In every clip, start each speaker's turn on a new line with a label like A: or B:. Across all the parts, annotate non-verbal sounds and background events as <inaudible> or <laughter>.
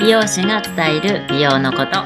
A: 美容師が伝える美容のこと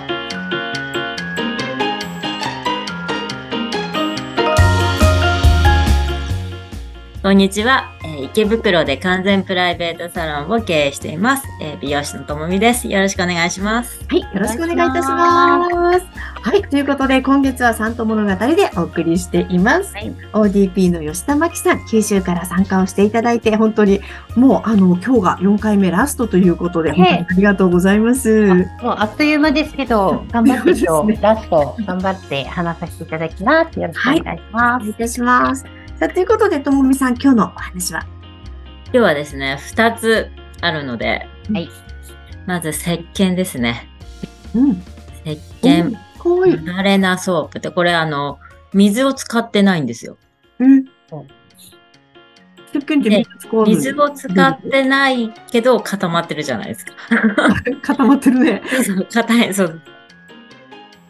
A: こんにちは、えー池袋で完全プライベートサロンを経営しています、えー美容師のともみですよろしくお願いします
B: はい、よろしくお願いいたします。はい、ということで、今月は三都物語でお送りしています。
A: はい
B: ODP の吉田真紀さん、九州から参加をしていただいて、本当にもう、あの、今日が4回目ラストということで、
C: ね
B: 本当にありがとうございます。
C: もうあっという間ですけど、頑張って
B: そ
C: 今
B: うです
C: 日、ラスト、頑張って話させていただきます。よろしくお願いし
B: お
C: ます。
B: 願いいたします。さあ、ということで、ともみさん、今日のお話は、
A: 今日はですね2つあるので、
C: はい
A: まず石鹸ですね
B: うん、
A: 石鹸
B: かわいい。
A: 慣れなソープってこれあの水を使ってないんですよ
B: うん。一君って水使うのに
A: 水を使ってないけど固まってるじゃないですか
B: 固まってるね。
A: そう硬いそう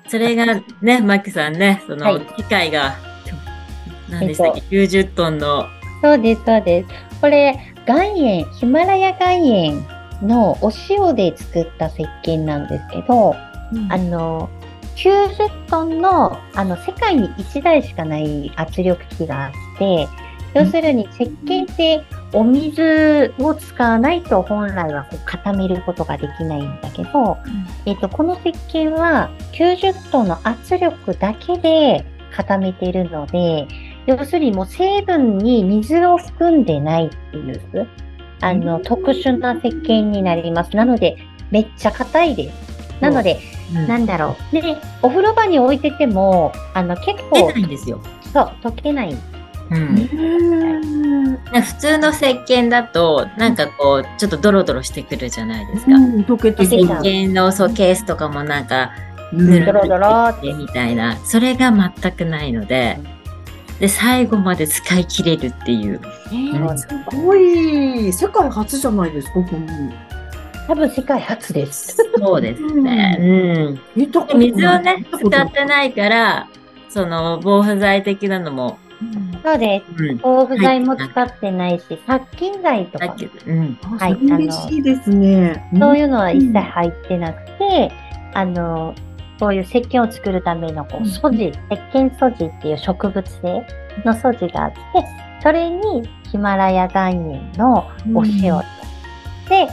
A: それがねマキさんねそ
C: は
A: の
C: い
A: 機械が何でしたっけ90トンの
C: そうです、そうです。これ、岩塩、ヒマラヤ岩塩のお塩で作った石鹸なんですけど、あの、90トンの、あの、世界に1台しかない圧力器があって、要するに石鹸ってお水を使わないと本来はこう固めることができないんだけど、えっと、この石鹸は90トンの圧力だけで固めてるので、要するにもう成分に水を含んでないっていう、あの、特殊な石鹸になります。なので、めっちゃ硬いです。なので、
A: うん
C: なんだろう。で、お風呂場に置いてても、あの、結
A: 出な、
C: 構
A: いんですよ、
C: そう、溶けない。
A: うん
B: ねえ
A: ね普通の石鹸だとなんかこうちょっとドロドロしてくるじゃないですか、
B: うん、溶けて
A: 石
B: る
C: 溶けちゃう
A: 鹸のそうケースとかもなんか
B: うん
C: ドロドロって
A: みたいなそれが全くないのでで最後まで使い切れるっていう
B: えすごい世界初じゃないですか、この
C: 多分世界初です。
A: そうですね、うん
B: 見たこ
A: で
B: とな
A: 水を
B: い
A: ね
B: 見たこ
A: 使
B: とない
A: ってないからその防腐剤的なのも、
C: そう <laughs> です。
A: うん、
C: 防腐剤も使ってないし、殺菌剤と
A: だ
C: か、
A: けど、うん、
B: あ
C: はい
B: それ嬉しいですね。
C: そういうのは一切入ってなくて、あの、そういう石鹸を作るためのこ
B: うん
C: う素地、石鹸素地っていう植物性の素地があって、それにヒマラヤ岩塩のお塩と。で、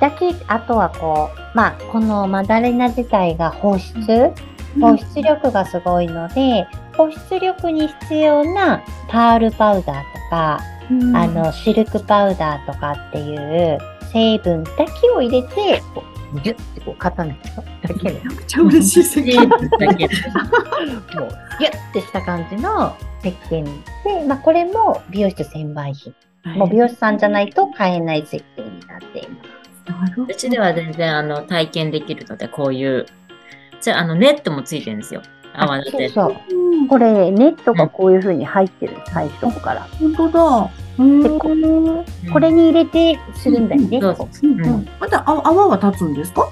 C: だけ、あとはこう、まあ、このマダレナ自体が放出、保湿力がすごいので、保湿力に必要なパールパウダーとか、
B: うん
C: あの、シルクパウダーとかっていう成分だけを入れて、こうギュッてこう固めてだけ
B: め
C: で、
B: っちゃ嬉しい世界。
A: だけど
C: もうギュッてした感じの石鹸で、まあこれも美容室専売品。もう美容師さんじゃないと買えない石鹸になっています。
B: なるほど
A: うちでは全然あの体験できるのでこういうじゃああのネットもついてるんですよ泡立
C: そう
A: て
C: そう。
B: うん
C: これ、ネットがこういう風に入ってる、最初から。
B: 本当だ。うん
C: で、このこれに入れてするんだよね。
A: そうそう
B: うん
A: うん
B: またあ泡は立つんですか？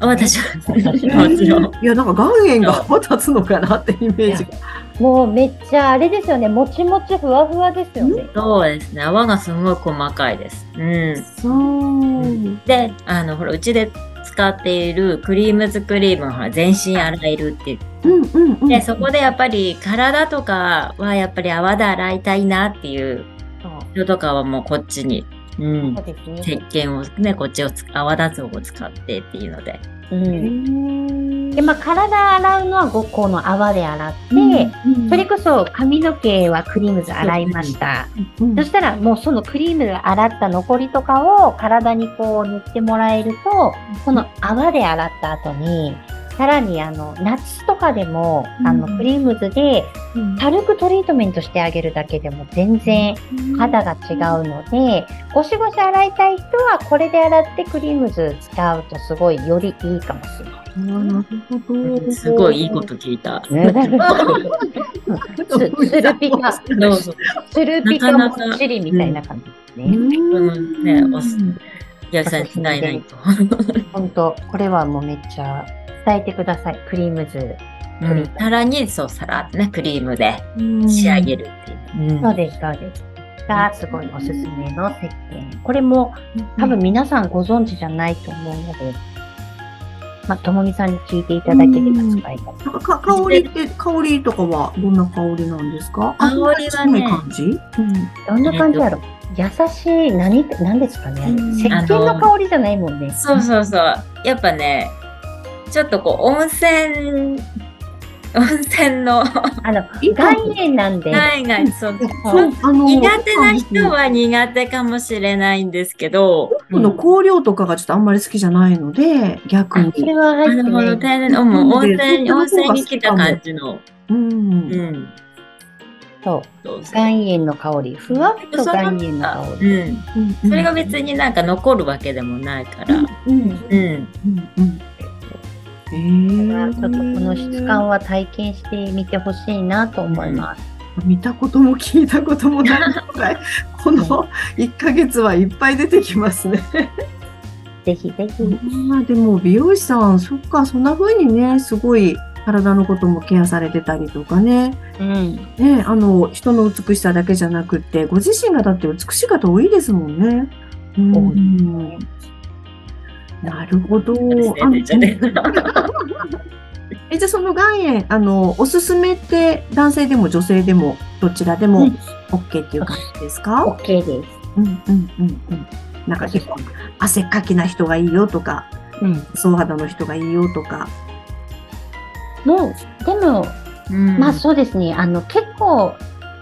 A: 私は
C: も
A: もちろん
B: いやなんか岩塩が泡立つのかなってイメージが。
C: <laughs> もうめっちゃあれですよね、もちもちふわふわですよね。
A: そうですね泡がすごい細かいですうん
B: そう。
A: であのほらうちで使っているクリームズクリームはほら全身洗えるって言って
B: うんうんうん。
A: でそこでやっぱり体とかはやっぱり泡で洗いたいなっていう
C: そう
A: 人とかはもうこっちに、うん
C: そうですね。
A: 石鹸をねこっちをつ泡立つ方を使ってっていうので、
C: うん、
B: で
C: で、まあ、体洗うのは5個の泡で洗って、それこそ髪の毛はクリームで洗いました。そしたら、もうそのクリームで洗った残りとかを体にこう塗ってもらえると、この泡で洗った後に、さらにあの、夏とかでも、あ
B: うん
C: の、クリームズで軽くトリートメントしてあげるだけでも全然肌が違うので、ゴシゴシ洗いたい人はこれで洗ってクリームズ使うとすごいよりいいかもしれない。
B: なるほど。
A: すごいいいこと聞いた。
C: つつるぴが、
A: どうぞ
C: つるぴがもっちりみたいな感じですね。
A: うんねおす八木さんに伝えないと。
C: 本当これはもうめっちゃ伝えてください。クリームズ
A: う
C: クリ
A: ん
C: ーム
A: さらに、そう、さらってね、クリームで
B: うん
A: 仕上げるっていう。うん
C: そうです、そうです。が、すごいおすすめの石鹸。これも多分皆さんご存知じゃないと思うので、まあ、ともみさんに聞いていただければ使えます。
B: なんかか香りって、香りとかはどんな香りなんですか
A: 香りはね
B: あんまりしない感じ
C: どんな感じやろ優しい、何、何ですかねあれ
B: うん
C: 石鹸の香りじゃないもんね。
A: そうそうそう。やっぱね、ちょっとこう、温泉、温泉の、
C: あの、
B: いいかも
C: 岩塩なんで、
A: ないない、そう。
B: うんそうあの
A: 苦手な人は苦手かもしれないんですけど、
B: この香料とかがちょっとあんまり好きじゃないので、逆
C: これ
B: に。
C: は
A: な
C: 入っ
A: るほど、
C: てない。
A: 大変、もう温泉、
B: うん
A: 温泉に来た感じの。
B: うん
A: う。ん。
C: そう。
A: そうそう
C: 岩塩の香り。ふわっと岩塩の香り。
A: うん。それが別になんか残るわけでもないから。
B: うん。
A: うん。
B: うん。うん。え
C: だから
B: ー、
C: ちょっとこの質感は体験してみてほしいなと思います。
B: 見たことも聞いたこともないぐらい <laughs> この1ヶ月はいっぱい出てきますね。
C: ぜひぜひ。
B: まあでも美容師さんそっかそんな風にねすごい体のこともケアされてたりとかね
C: うん。
B: ねあの人の美しさだけじゃなくってご自身がだって美しい方多いですもんね。うん
C: 多い
B: なるほど。あの
A: 出ちゃって
B: <laughs> えじゃあその岩塩あのおすすめって男性でも女性でもどちらでも
C: うん
B: OK っていう感じですか、
C: OK です。
B: うんうんうんうん。なんか結構汗かきな人がいいよとか、
C: うん。
B: 総肌の人がいいよとか。
C: もう、でも、
A: うん
C: まあそうですね。あの、結構、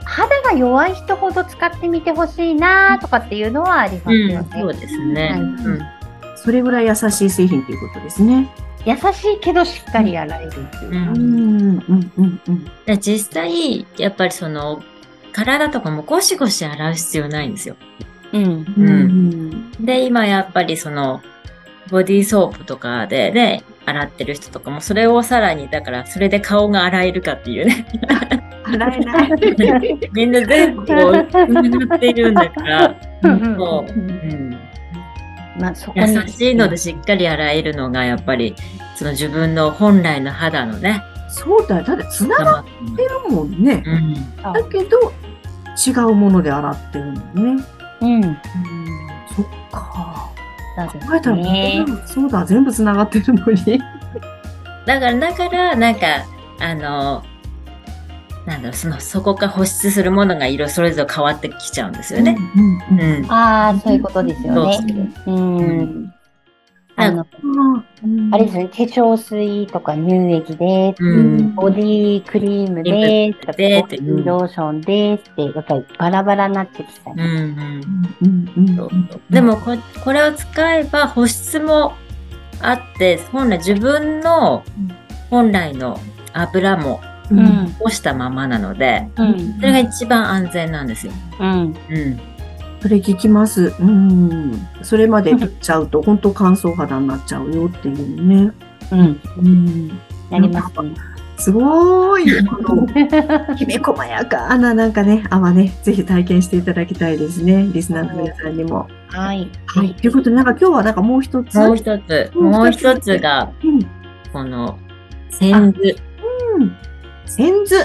C: 肌が弱い人ほど使ってみてほしいなとかっていうのはあります
A: う
C: よ
A: ん、
C: ね。
A: そうですね。うん
B: それぐらい優しい製品ということですね。
C: 優しいけどしっかり洗えるっていう。
A: うん
B: うんうんうんうん。
A: で実際、やっぱりその、体とかもゴシゴシ洗う必要ないんですよ。
C: うん。
A: うん
B: うん
A: で、今やっぱりその、ボディーソープとかでね、洗ってる人とかも、それをさらに、だから、それで顔が洗えるかっていうね。
B: 洗えない。
A: みんな全部を塗っているんだから、
C: うん
A: もう、う
C: うん
A: ん、
C: まあそこに。
A: 優しいのでしっかり洗えるのが、やっぱり、その自分の本来の肌のね、
B: そうだよ。だって繋がっ
A: 生
B: てるもんね。
A: うん、
B: だけど、違うもので洗ってるもんね。
C: うん。
B: そっか。
C: そうで
B: 考えた
C: す
B: ら、
C: ね。
B: そうだ、全部繋がってるのに。
A: だから、だから、なんか、あの、なんだろう、その、そこから保湿するものが色それぞれ変わってきちゃうんですよね。。
B: うん
A: う。
B: うんん。
C: ああ、そういうことですよね
A: そう。
C: うん。
A: な
C: あ
A: ん
C: の、
B: うん
C: あれですね、化粧水とか乳液で、
A: うん。
C: ボディクリームで、とかボデ
A: で
C: ィローションでって、やっぱりバラバラになってきた
A: うん。う
C: り。
A: ん。
B: うんうん
A: そうでもこ、これを使えば保湿もあって、本来自分の
B: うん
A: 本来の油も
B: うんうん
A: 干したままなので、
C: うん。
A: それが一番安全なんですよ。
C: うん。
A: うん。
B: それ聞きます。うん。それまで塗っちゃうと、本当乾燥肌になっちゃうよっていうね。
C: うん。
B: うん。
C: なりますね。
B: すごーい。あ
C: <laughs>
B: の、きめ細やかな、なんかね、泡ね、ぜひ体験していただきたいですね。リスナーの皆さんにも。
C: はい。
B: はい。ということで、なんか今日はなんかもう一つ。
A: もう一つ、もう一つが、
B: うん。
A: この、洗図。
B: うん。先図。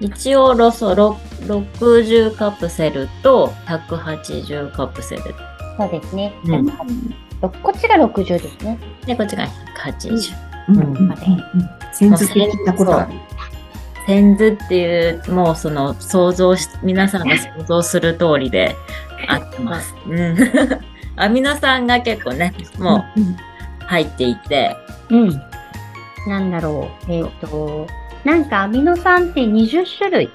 A: 一応ロソろ60カプセルと180カプセル。
C: そうですね。
A: うん
C: こっちが60ですね。
A: で、こっちが180。
B: うん。
A: うん
B: うん先図って聞いたことある。
A: センズっていう、もうその想像し、皆さんが想像する通りで合ってます。うん。 <laughs> アミノ酸が結構ね、も
B: うん。うん
A: う入っていて、
C: うん。なんだろう。えっ、と、なんかアミノ酸って20種類、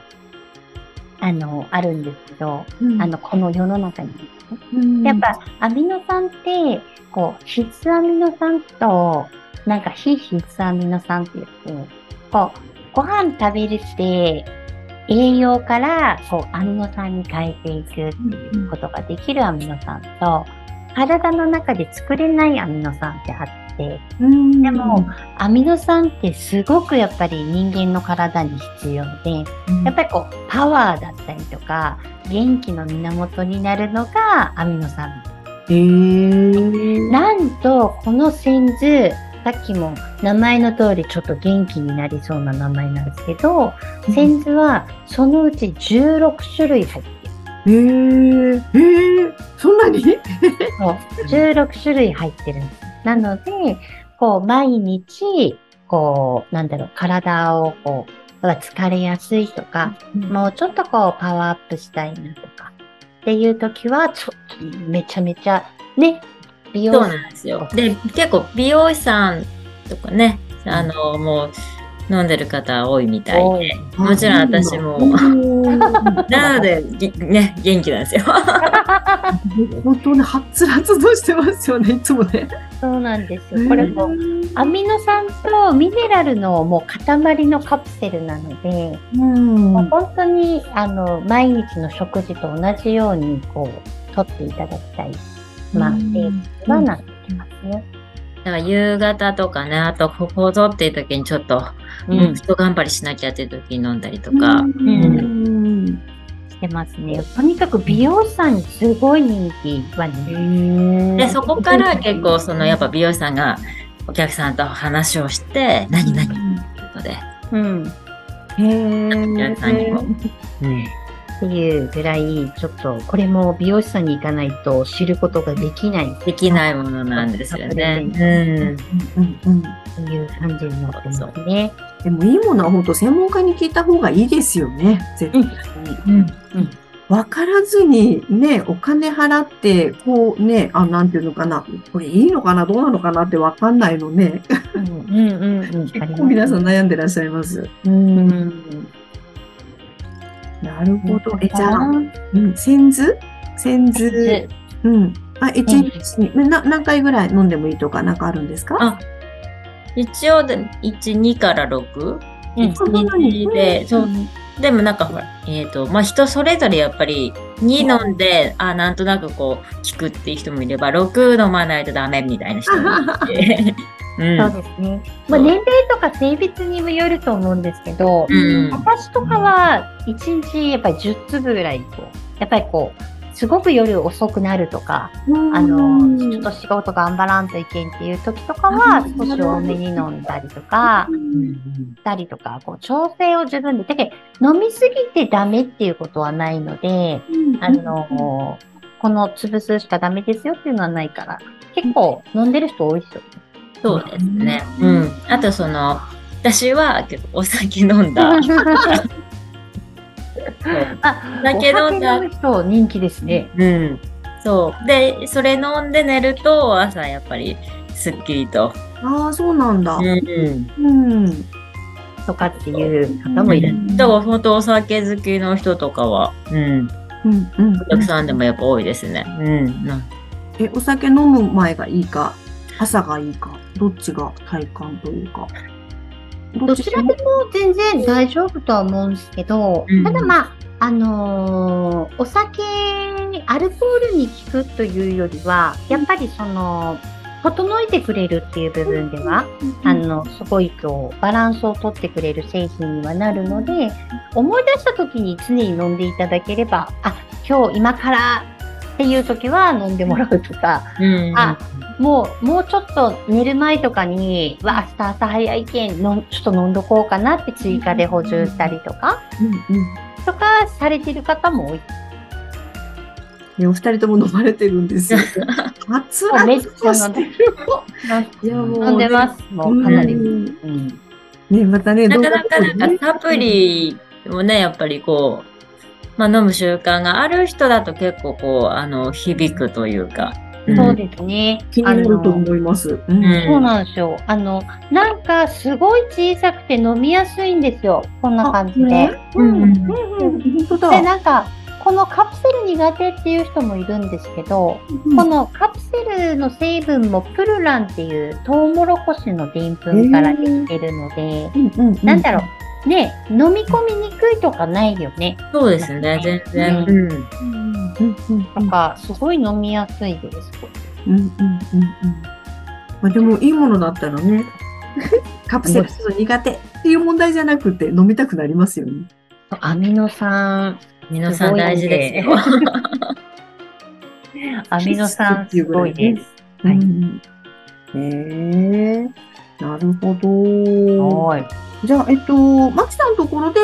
C: あの、あるんですけど、
B: うん
C: あの、この世の中に。
B: うん
C: やっぱ、アミノ酸って、こう、必須アミノ酸と、なんか非必須アミノ酸って言って、こう、ご飯食べるして、栄養から、こう、アミノ酸に変えていくっていうことができるアミノ酸と、体の中で作れないアミノ酸ってあって、
B: うん、
C: でも、アミノ酸ってすごくやっぱり人間の体に必要で、
B: うん
C: やっぱりこう、パワーだったりとか、元気の源になるのがアミノ酸。
B: へえー。
C: なんと、この線図、さっきも名前の通りちょっと元気になりそうな名前なんですけど、センズはそのうち16種類入ってる。
B: えー、えー、そんなに
C: 16種類入ってるんです。なので、こう、毎日、こう、なんだろう、体をこう、なんか疲れやすいとか、もうちょっとこう、パワーアップしたいなとか、っていう時は、ちょっと、めちゃめちゃ、ね、美
A: そう
C: 容師
A: なんですよ。で、結構美容師さんとかね、あの、もう飲んでる方多いみたい
C: 多
A: で
C: い、
A: <laughs> もちろん私も
B: 本
A: なので、ぎね、元気なん <laughs> ですよ。
B: 当ね、はつらつとしてますよね、いつもね。
C: <laughs> そうなんですよ。これも、アミノ酸とミネラルのもう塊のカプセルなので、
B: うん、
C: もう本当にあの毎日の食事と同じようにこう取っていただきたい、まあ、
B: うん
C: 栄養はなってきますね。
A: だから夕方とかね、あとここぞっていう時にちょっと、うん、一頑張りしなきゃっていう時に飲んだりとか、
B: うん。
C: してますね。とにかく美容師さんにすごい人気はね。
A: で、そこから結構そのやっぱ美容師さんがお客さんと話をして、何々っていうので、
C: うん。っ
B: へえ
A: お客さんにも。うん
C: ていうぐらい、ちょっとこれも美容師さんに行かないと知ることができないっ
A: できないものなんですよね。
B: うんうん。
C: ていう感じになってますね。
B: でもいいものは本当専門家に聞いた方がいいですよね、絶対に。
A: うん。うん。
B: わからずにね、お金払って、こうね、あ、なんていうのかな、これいいのかな、どうなのかなってわかんないのね、
C: うんうんうんうん。
B: 結構 <laughs> 皆さん悩んでらっしゃいます。うん
C: うん。
B: なるほど。え、じゃあ、うん、先図先図。うん。あ、一日に、な何回ぐらい飲んでもいいとか、なんかあるんですか
A: あ一応で、1、2から6。
C: うん
A: 一日で、そう。でもなんかほら、えっ、と、まあ、人それぞれやっぱり、2飲んで、あ、なんとなくこう、効くっていう人もいれば、6飲まないとダメみたいな人もい
C: <laughs>
A: て。う
C: そ
A: ん。
C: うですね。まあ、年齢とか性別にもよると思うんですけど、
A: うん
C: 私とかは1日やっぱり10粒ぐらいこう、やっぱりこう、すごく夜遅くなるとか、あの、ちょっと仕事頑張らんといけんっていう時とかは、
B: うん
C: 少し多めに飲んだりとか、したりとか、こう、調整を自分で。だけど、飲みすぎてダメっていうことはないので、あの、この潰すしかダメですよっていうのはないから、結構飲んでる人多いですよ。
A: そうですね。うん。あと、その、私は結構お酒飲んだ。そう
C: あ、
A: だけど
C: お酒飲む人人気ですね。
A: うん。そう。で、それ飲んで寝ると、朝やっぱり、すっきりと。
B: <laughs> ああ、そうなんだ。
A: うん。
B: うん。
C: とかっていう方もいる。
A: だから本当お酒好きの人とかは、うん、
B: うんうん
A: お客さんでもやっぱ多いですね。うん、な
B: え、お酒飲む前がいいか、朝がいいか、どっちが体感というか。
C: どちらでも全然大丈夫とは思うんですけど、
A: うん
C: ただまあ、あのーお酒、アルコールに効くというよりは、やっぱりその、整えてくれるっていう部分では、あの、すごいこう、バランスをとってくれる製品にはなるので、思い出した時に常に飲んでいただければ、あ、今日今からっていう時は飲んでもらうとか、
A: うん、
C: あもう、もうちょっと寝る前とかに、わ、明日朝早いけん、のんちょっと飲んどこうかなって追加で補充したりとか、
B: うんうん。
C: とかされてる方も多い。
B: ね、お二人とも飲まれてるんですよ。熱々
C: めっち
B: と
C: ゃ
B: し
C: 飲んで
B: てる。いやもう
C: 飲んでます。もうかなり。うん。
B: ね、またね、
A: な
B: どう
A: かなかなんかサプリもね、やっぱりこう、まあ飲む習慣がある人だと結構こう、あの、響くというか。ん
C: そうですね。
B: 気になる
C: あの
B: と思います。うん
A: うん
C: そうなんですよ。あの、なんかすごい小さくて飲みやすいんですよ。こんな感じで。
B: ね
A: う
B: うん
A: う
B: ん、うんん、本当
C: で、
B: だ。
C: なんか、このカプセル苦手っていう人もいるんですけど、このカプセルの成分もプルランっていうトウモロコシのでんぷんからできてるので、なんだろう、ね、飲み込みにくいとかないよね。
A: そうですね、全然。う
C: う
A: ん。
B: うん。うんうんう
C: なんんか、すごい飲みやすいです。
B: うんうんうんうん。まあでもいいものだったら
C: <laughs>
B: ね、カプセルちょっと苦手っていう問題じゃなくて飲みたくなりますよね。
C: アミノ酸、
A: 皆さん大事です
C: <laughs>
A: よ。
C: アミノ酸すごいです。はい
B: うんへえなるほど。
D: い。
B: じゃあ、えっと、マキさんのところで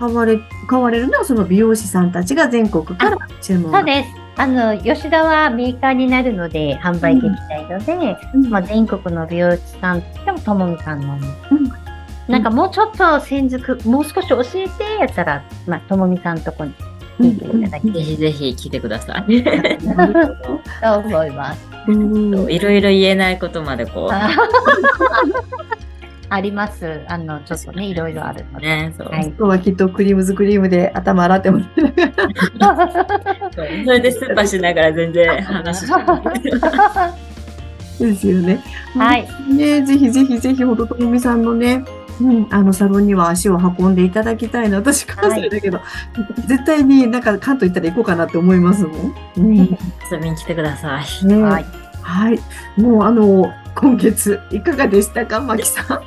B: 買われ、買われるのはその美容師さんたちが全国から注文
C: そう
B: が。
C: です。あの、吉田はメーカーになるので、販売できないので、
B: うん
C: まあ、全国の美容師さんでもともみさんなんです。
B: うん
C: なんかもうちょっと専属、もう少し教えて、やったら、まあ、ともみさんとこに聞いていただき
A: ぜひぜひ聞いてください。
C: たいと思います。 <laughs>
B: うんうん
A: いろいろ言えないことまでこ
C: ああります。あの、ちょっとね、いろいろあるの
A: う、
C: で。
A: ね、そう。
C: はい。
B: 今日はきっとクリームズクリームで頭洗ってもらってる
A: そうそれでスーパーしながら全然話してる。
B: ですよね。
C: はい。
B: ね、ぜひぜひぜひ、ほどともみさんのね、うん、あの、サロンには足を運んでいただきたいな。私、関西だけど、絶対になんか関東行ったら行こうかなって思いますもん。うん
A: 遊びに来てください。
B: ね
C: はい
B: はい。もう、あの、今月、いかがでしたか、まきさん。
A: は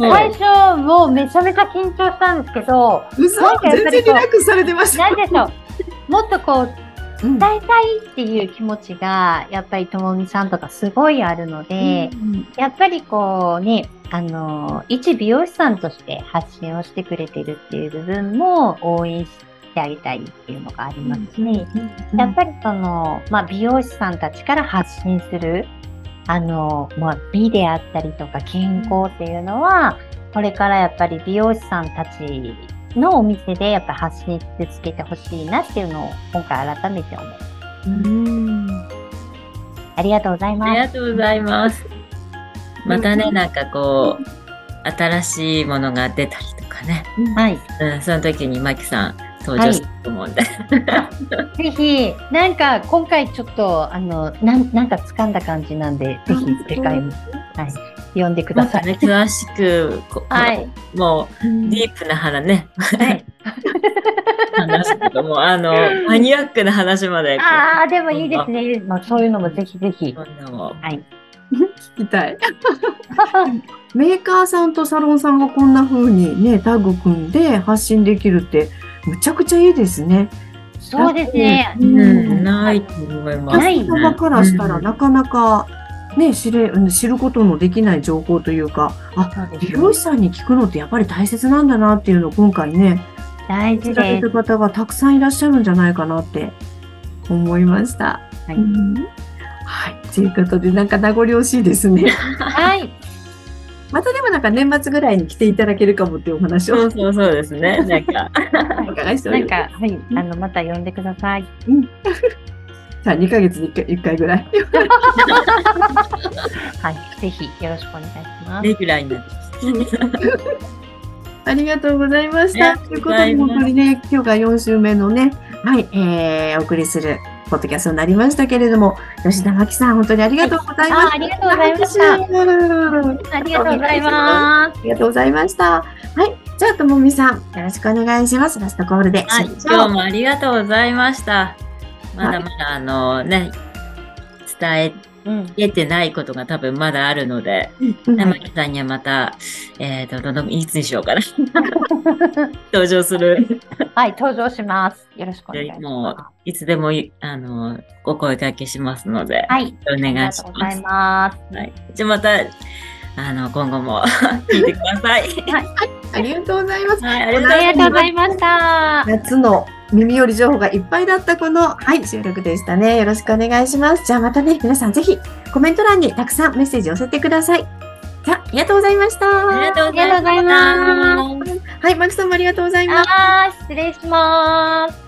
C: 最
A: い
C: 初、もうめちゃめちゃ緊張したんですけど、
B: 嘘
C: なんかやっ
B: 全
C: ぱりこう
B: 然リラックスされてました
C: なん。でしょう。もっとこう、
B: うん
C: 伝えたいっていう気持ちが、やっぱりともみさんとかすごいあるので、やっぱりこうね、あの、一美容師さんとして発信をしてくれてるっていう部分も応援してあげたいっていうのがありますし、やっぱりその、まあ、美容師さんたちから発信する、あの、まあ、美であったりとか健康っていうのは、これからやっぱり美容師さんたちのお店でやっぱ発信し続けてほしいなっていうのを今回改めて思
B: う
C: う。
B: ん
C: ありがとうござい
A: あり
C: ま
A: が
C: す。
A: とうございます。またね、なんかこう、新しいものが出たりとかね。
C: はい。
A: うん、その時にマキさん登場すると思うんで。
C: ぜひ、なんか今回ちょっと、あの、なんなんか掴んだ感じなんで、ぜひ次回も、はい、呼んでくだ
A: <laughs> ま
C: さ
A: た
C: い。
A: ね、詳しく、こ
C: はい。
A: もう、ディープな花ね、
C: はい、
A: <laughs> 話とかもう、あの、マニアックな話まで、こ
C: ああ、でもいいですね。まあ、そういうのもぜひぜひ。
A: うそんなのも
C: はい。
B: 聞きたい。メーカーさんとサロンさんがこんな風にね、タッグ組んで発信できるって、むちゃくちゃいいですね。
C: そうですね。
B: うん
A: うん、ないと思います。
C: ない
B: カスタマーからしたら
A: うん
B: なかなか、ね、知れ、知ることのできない情報というか、あ、
C: そうです
B: 美
C: ね
B: 容師さんに聞くのってやっぱり大切なんだなっていうのを今回ね、
C: 大事
B: 知られ
C: で
B: た方がたくさんいらっしゃるんじゃないかなって思いました。
C: はい
B: うんはい。ということで、なんか名残惜しいですね。
C: す。はい。
B: またでもなんか年末ぐらいに来ていただけるかもっていうお話
A: そ
B: を
A: うそうそうですね。なんか、
B: お伺いしてお
C: な
B: り
C: ん
B: ます。
C: か、はい、あの、また呼んでください。
B: さあ、2ヶ月に 1, 回一回ぐ
C: <laughs>
B: らい。
C: はい、ぜひよろしくお願いします。
A: レギュラーになってきて。
B: ありがとうございまし
A: あ
B: た。
A: りがと
B: というう
A: ご
B: こと
A: ざ
B: で、
A: います
B: 本当にね、今日が4週目のね、はい、えー、お送りするポッドキャストになりましたけれども、吉田真紀さん、本当にありがとうございました。
C: あありがとうございました
B: た。
C: ありがとうございます
B: あ。りがとうございました。はい、じゃあ、ともみさん、よろしくお願いします。ラストコールで。
A: はい、
B: 締めましょう
A: 今日もありがとうございました。まだまだ、あのね、伝
C: うん。
A: えてないことが多分まだあるので、
B: うん
A: 山木さんにはまた、えっ、と、どの、いつにしようかな。登場する。
C: はい、登場します。よろしくお願いし
A: もう
C: ま
A: いつでもい、あの、お声掛けしますので、
C: す。はい。
A: お願
C: ありが
A: いし
C: とうござ
A: ま
C: い
A: す。
C: ます。
A: はい。じゃあまた、あの、今後も <laughs> 聞いてください。
B: ありがとうございます。
A: はい、ありがとうございます
C: ありがとうございました。
B: 夏の耳寄り情報がいっぱいだったこの、はい、収録でしたね。よろしくお願いします。じゃあまたね、皆さんぜひコメント欄にたくさんメッセージ寄せてください。じゃあ、ありがとうございました。
A: ありが
B: は
A: とうございました。
C: ありがとうございます
B: い、マキさんもありがとうございます。
C: あー、失礼します。